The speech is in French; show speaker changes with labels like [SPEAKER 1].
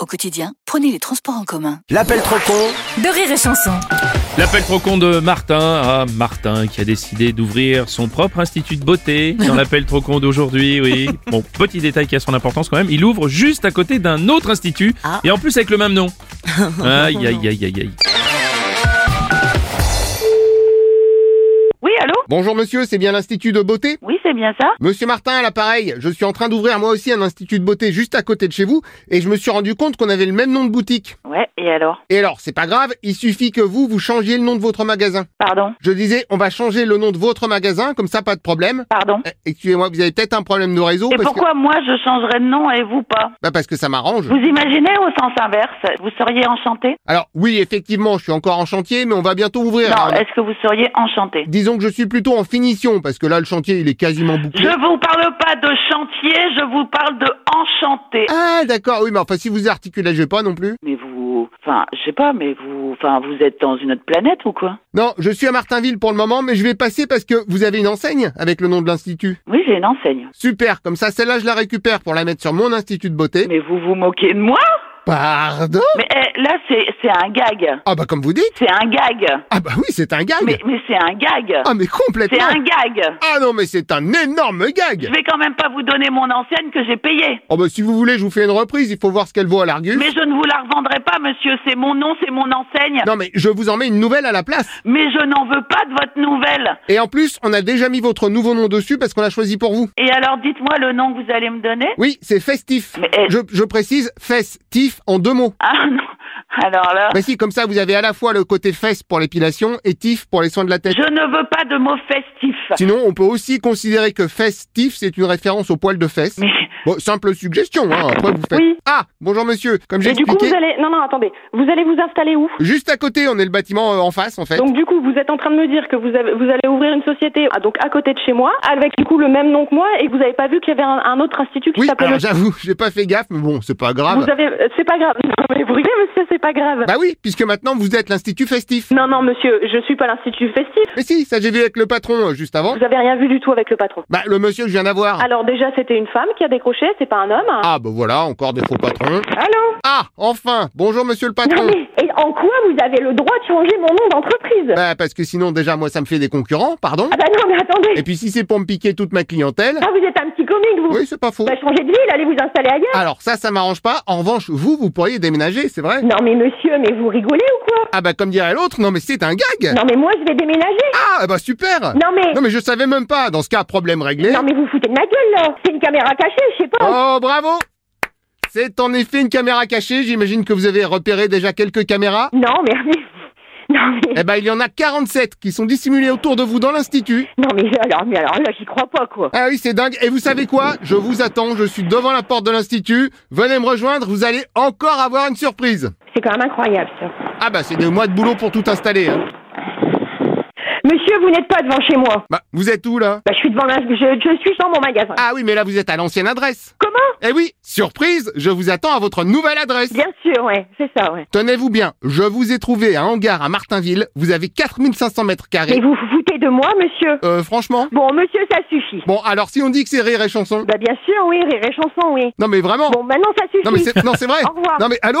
[SPEAKER 1] Au quotidien, prenez les transports en commun.
[SPEAKER 2] L'appel trop con
[SPEAKER 3] de rire et chanson.
[SPEAKER 4] L'appel trop con de Martin à Martin qui a décidé d'ouvrir son propre institut de beauté dans l'appel trop con d'aujourd'hui, oui. Bon, petit détail qui a son importance quand même, il ouvre juste à côté d'un autre institut
[SPEAKER 3] Ah.
[SPEAKER 4] et en plus avec le même nom. Aïe aïe aïe aïe aïe.
[SPEAKER 5] Oui, allô
[SPEAKER 6] Bonjour monsieur, c'est bien l'Institut de beauté
[SPEAKER 5] Oui, c'est bien ça
[SPEAKER 6] Monsieur Martin à l'appareil, je suis en train d'ouvrir moi aussi un institut de beauté juste à côté de chez vous et je me suis rendu compte qu'on avait le même nom de boutique.
[SPEAKER 5] Ouais, et alors
[SPEAKER 6] Et alors, c'est pas grave, il suffit que vous, vous changiez le nom de votre magasin.
[SPEAKER 5] Pardon
[SPEAKER 6] Je disais, on va changer le nom de votre magasin, comme ça pas de problème.
[SPEAKER 5] Pardon
[SPEAKER 6] Eh, Excusez-moi, vous avez peut-être un problème de réseau
[SPEAKER 5] Et
[SPEAKER 6] Oh, parce que...
[SPEAKER 5] pourquoi moi je changerais de nom et vous pas
[SPEAKER 6] Bah parce que ça m'arrange.
[SPEAKER 5] Vous imaginez au sens inverse Vous seriez enchanté
[SPEAKER 6] Alors oui, effectivement, je suis encore en chantier, mais on va bientôt ouvrir.
[SPEAKER 5] Non,
[SPEAKER 6] Alors,
[SPEAKER 5] est-ce que vous seriez enchanté
[SPEAKER 6] Disons que je suis plutôt en finition, parce que là, le chantier, il est quasiment bouclé.
[SPEAKER 5] Je vous parle pas de chantier, je vous parle de enchanté.
[SPEAKER 6] Ah d'accord, oui, mais enfin, si vous articulez, je vais pas non plus.
[SPEAKER 5] Mais vous... Enfin, je sais pas, mais vous... Enfin, vous êtes dans une autre planète ou quoi
[SPEAKER 6] Non, je suis à Martinville pour le moment, mais je vais passer parce que vous avez une enseigne avec le nom de l'institut.
[SPEAKER 5] Oui, j'ai une enseigne.
[SPEAKER 6] Super, comme ça, celle-là, je la récupère pour la mettre sur mon institut de beauté.
[SPEAKER 5] Mais vous vous moquez de moi
[SPEAKER 6] Pardon
[SPEAKER 5] Mais eh, là, c'est c'est un gag.
[SPEAKER 6] Ah bah comme vous dites
[SPEAKER 5] C'est un gag.
[SPEAKER 6] Ah bah oui, c'est un gag
[SPEAKER 5] Mais, mais c'est un gag.
[SPEAKER 6] Ah mais complètement
[SPEAKER 5] C'est un gag.
[SPEAKER 6] Ah non, mais c'est un énorme
[SPEAKER 5] Je
[SPEAKER 6] gag
[SPEAKER 5] vais quand même pas vous donner mon enseigne que j'ai payée.
[SPEAKER 6] Oh bah si vous voulez, je vous fais une reprise, il faut voir ce qu'elle vaut à l'Argus.
[SPEAKER 5] Mais je ne vous la revendrai pas, monsieur. C'est mon nom, c'est mon enseigne.
[SPEAKER 6] Non mais je vous en mets une nouvelle à la place.
[SPEAKER 5] Mais je n'en veux pas de votre nouvelle.
[SPEAKER 6] Et en plus, on a déjà mis votre nouveau nom dessus parce qu'on l'a choisi pour vous.
[SPEAKER 5] Et alors, dites-moi le nom que vous allez me donner.
[SPEAKER 6] Oui, c'est festif.
[SPEAKER 5] Mais, eh,
[SPEAKER 6] Je, je précise, festif en deux mots.
[SPEAKER 5] Ah non. Alors là,
[SPEAKER 6] Bah si, comme ça, vous avez à la fois le côté fesse pour l'épilation et tif pour les soins de la tête.
[SPEAKER 5] je ne veux pas de mots festifs.
[SPEAKER 6] Sinon, on peut aussi considérer que festif, c'est une référence au poil de fesse.
[SPEAKER 5] Mais
[SPEAKER 6] Bon, simple suggestion, hein. Après, vous faites.
[SPEAKER 7] Oui.
[SPEAKER 6] Ah, bonjour monsieur. Comme j'ai
[SPEAKER 7] Et du coup,
[SPEAKER 6] expliqué,
[SPEAKER 7] vous allez. Non, non, attendez. Vous allez vous installer où
[SPEAKER 6] juste à côté, on est le bâtiment euh, en face, en fait.
[SPEAKER 7] Donc, du coup, vous êtes en train de me dire que vous, avez- vous allez ouvrir une société ah, donc à côté de chez moi, avec du coup le même nom que moi, et que vous n'avez pas vu qu'il y avait un, un autre institut qui
[SPEAKER 6] oui,
[SPEAKER 7] s'appelait.
[SPEAKER 6] alors
[SPEAKER 7] le-
[SPEAKER 6] j'avoue, j'ai pas fait gaffe, mais bon, c'est pas grave.
[SPEAKER 7] Vous avez. euh, C'est pas grave. Non, mais vous rigolez, monsieur, c'est pas grave.
[SPEAKER 6] Bah oui, puisque maintenant vous êtes l'institut festif.
[SPEAKER 7] Non, non, monsieur, je suis pas l'institut festif.
[SPEAKER 6] Mais si, ça j'ai vu avec le patron euh, juste avant.
[SPEAKER 7] Vous avez rien vu du tout avec le patron.
[SPEAKER 6] Bah, le monsieur que je viens d'avoir.
[SPEAKER 7] Alors déjà, c'était une femme qui a décroché, c'est pas un homme. hein.
[SPEAKER 6] Ah, bah voilà, encore des faux patrons.
[SPEAKER 7] Allô
[SPEAKER 6] Ah, enfin, bonjour monsieur le patron.
[SPEAKER 8] Non mais et en quoi vous avez le droit de changer mon nom d'entreprise
[SPEAKER 6] Bah, parce que sinon, déjà, moi, ça me fait des concurrents, pardon.
[SPEAKER 8] Ah bah non mais attendez
[SPEAKER 6] Et puis si c'est pour me piquer toute ma clientèle,
[SPEAKER 8] Ah vous êtes un petit comique vous
[SPEAKER 6] oui, c'est pas faux.
[SPEAKER 8] Bah changez de ville, allez vous installer ailleurs
[SPEAKER 6] Alors ça, ça m'arrange pas. En revanche, vous, vous pourriez déménager, c'est vrai
[SPEAKER 8] Non mais monsieur, mais vous rigolez ou quoi
[SPEAKER 6] Ah bah comme dirait l'autre, non mais c'est un gag
[SPEAKER 8] Non mais moi je vais déménager
[SPEAKER 6] Ah bah super
[SPEAKER 8] Non mais
[SPEAKER 6] Non mais je savais même pas, dans ce cas, problème réglé.
[SPEAKER 8] Non mais vous foutez de ma gueule là C'est une caméra cachée, je sais pas
[SPEAKER 6] Oh bravo C'est en effet une caméra cachée, j'imagine que vous avez repéré déjà quelques caméras.
[SPEAKER 8] Non mais... Non mais...
[SPEAKER 6] Eh bah il y en a 47 qui sont dissimulées autour de vous dans l'institut.
[SPEAKER 8] Non mais alors, mais alors là j'y crois pas quoi
[SPEAKER 6] Ah oui, c'est dingue. Et vous savez quoi Je vous attends, je suis devant la porte de l'institut. Venez me rejoindre, vous allez encore avoir une surprise.
[SPEAKER 8] C'est quand même incroyable ça
[SPEAKER 6] Ah bah c'est des mois de boulot pour tout installer. hein.
[SPEAKER 8] Monsieur, vous n'êtes pas devant chez moi
[SPEAKER 6] Bah vous êtes où là
[SPEAKER 8] Bah je suis devant l'in- je, je suis dans mon magasin
[SPEAKER 6] Ah oui, mais là vous êtes à l'ancienne adresse.
[SPEAKER 8] Comment
[SPEAKER 6] Eh oui, surprise, je vous attends à votre nouvelle adresse.
[SPEAKER 8] Bien sûr, ouais, c'est ça, ouais
[SPEAKER 6] Tenez-vous bien, je vous ai trouvé un hangar à Martinville. Vous avez 4500 mètres
[SPEAKER 8] Mais
[SPEAKER 6] carrés.
[SPEAKER 8] vous vous foutez de moi, monsieur
[SPEAKER 6] Euh, franchement
[SPEAKER 8] Bon, monsieur, ça suffit
[SPEAKER 6] Bon, alors si on dit que c'est rire et chanson.
[SPEAKER 8] Bah bien sûr, oui, rire et chanson, oui
[SPEAKER 6] Non mais vraiment
[SPEAKER 8] Bon, maintenant ça suffit.
[SPEAKER 6] Non mais c'est, non, c'est vrai
[SPEAKER 8] Au revoir.
[SPEAKER 6] Non mais allô